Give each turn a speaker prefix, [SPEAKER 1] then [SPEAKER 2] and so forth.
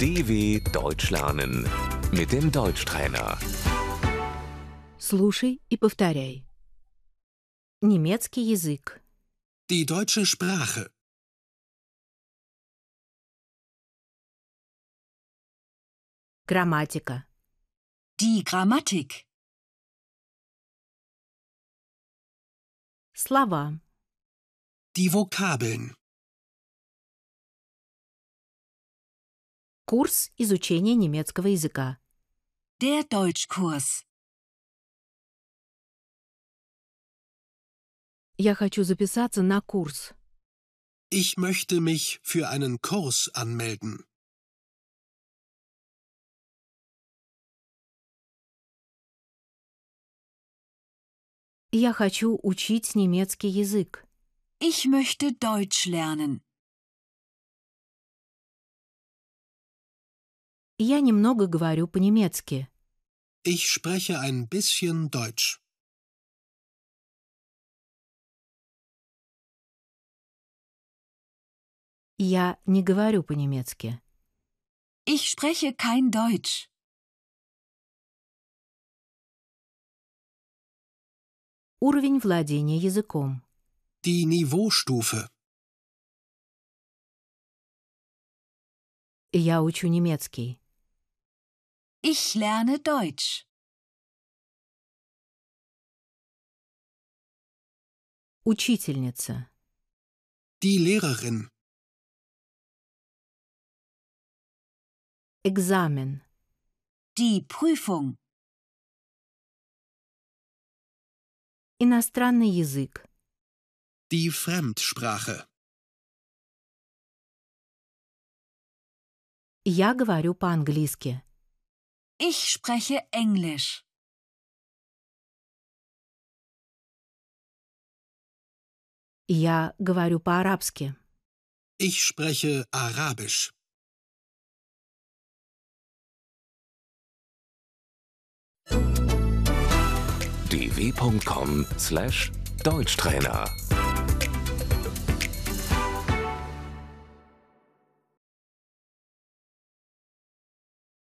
[SPEAKER 1] DW Deutsch lernen mit dem Deutschtrainer.
[SPEAKER 2] Слушай и повторяй. Немецкий язык.
[SPEAKER 3] Die deutsche Sprache.
[SPEAKER 2] Грамматика.
[SPEAKER 4] Die Grammatik.
[SPEAKER 2] Слова.
[SPEAKER 3] Die Vokabeln.
[SPEAKER 2] Курс изучения немецкого языка.
[SPEAKER 4] Der Deutschkurs.
[SPEAKER 2] Я хочу записаться на курс.
[SPEAKER 3] Ich möchte mich für einen Kurs anmelden.
[SPEAKER 2] Я хочу учить немецкий язык.
[SPEAKER 4] Ich möchte Deutsch lernen.
[SPEAKER 2] Я немного говорю по-немецки.
[SPEAKER 3] Ich spreche ein bisschen Deutsch.
[SPEAKER 2] Я не говорю по-немецки.
[SPEAKER 4] Ich spreche kein Deutsch.
[SPEAKER 2] Уровень владения языком.
[SPEAKER 3] Die Niveaustufe.
[SPEAKER 2] Я учу немецкий.
[SPEAKER 4] Ich lerne Deutsch.
[SPEAKER 2] Учительница.
[SPEAKER 3] Die Lehrerin.
[SPEAKER 2] Экзамен.
[SPEAKER 4] Die Prüfung.
[SPEAKER 2] Иностранный язык.
[SPEAKER 3] Die Fremdsprache.
[SPEAKER 2] Я говорю по-английски.
[SPEAKER 4] Ich spreche Englisch.
[SPEAKER 2] Я говорю по-арабски.
[SPEAKER 3] Ich spreche Arabisch.
[SPEAKER 1] dw.com/deutschtrainer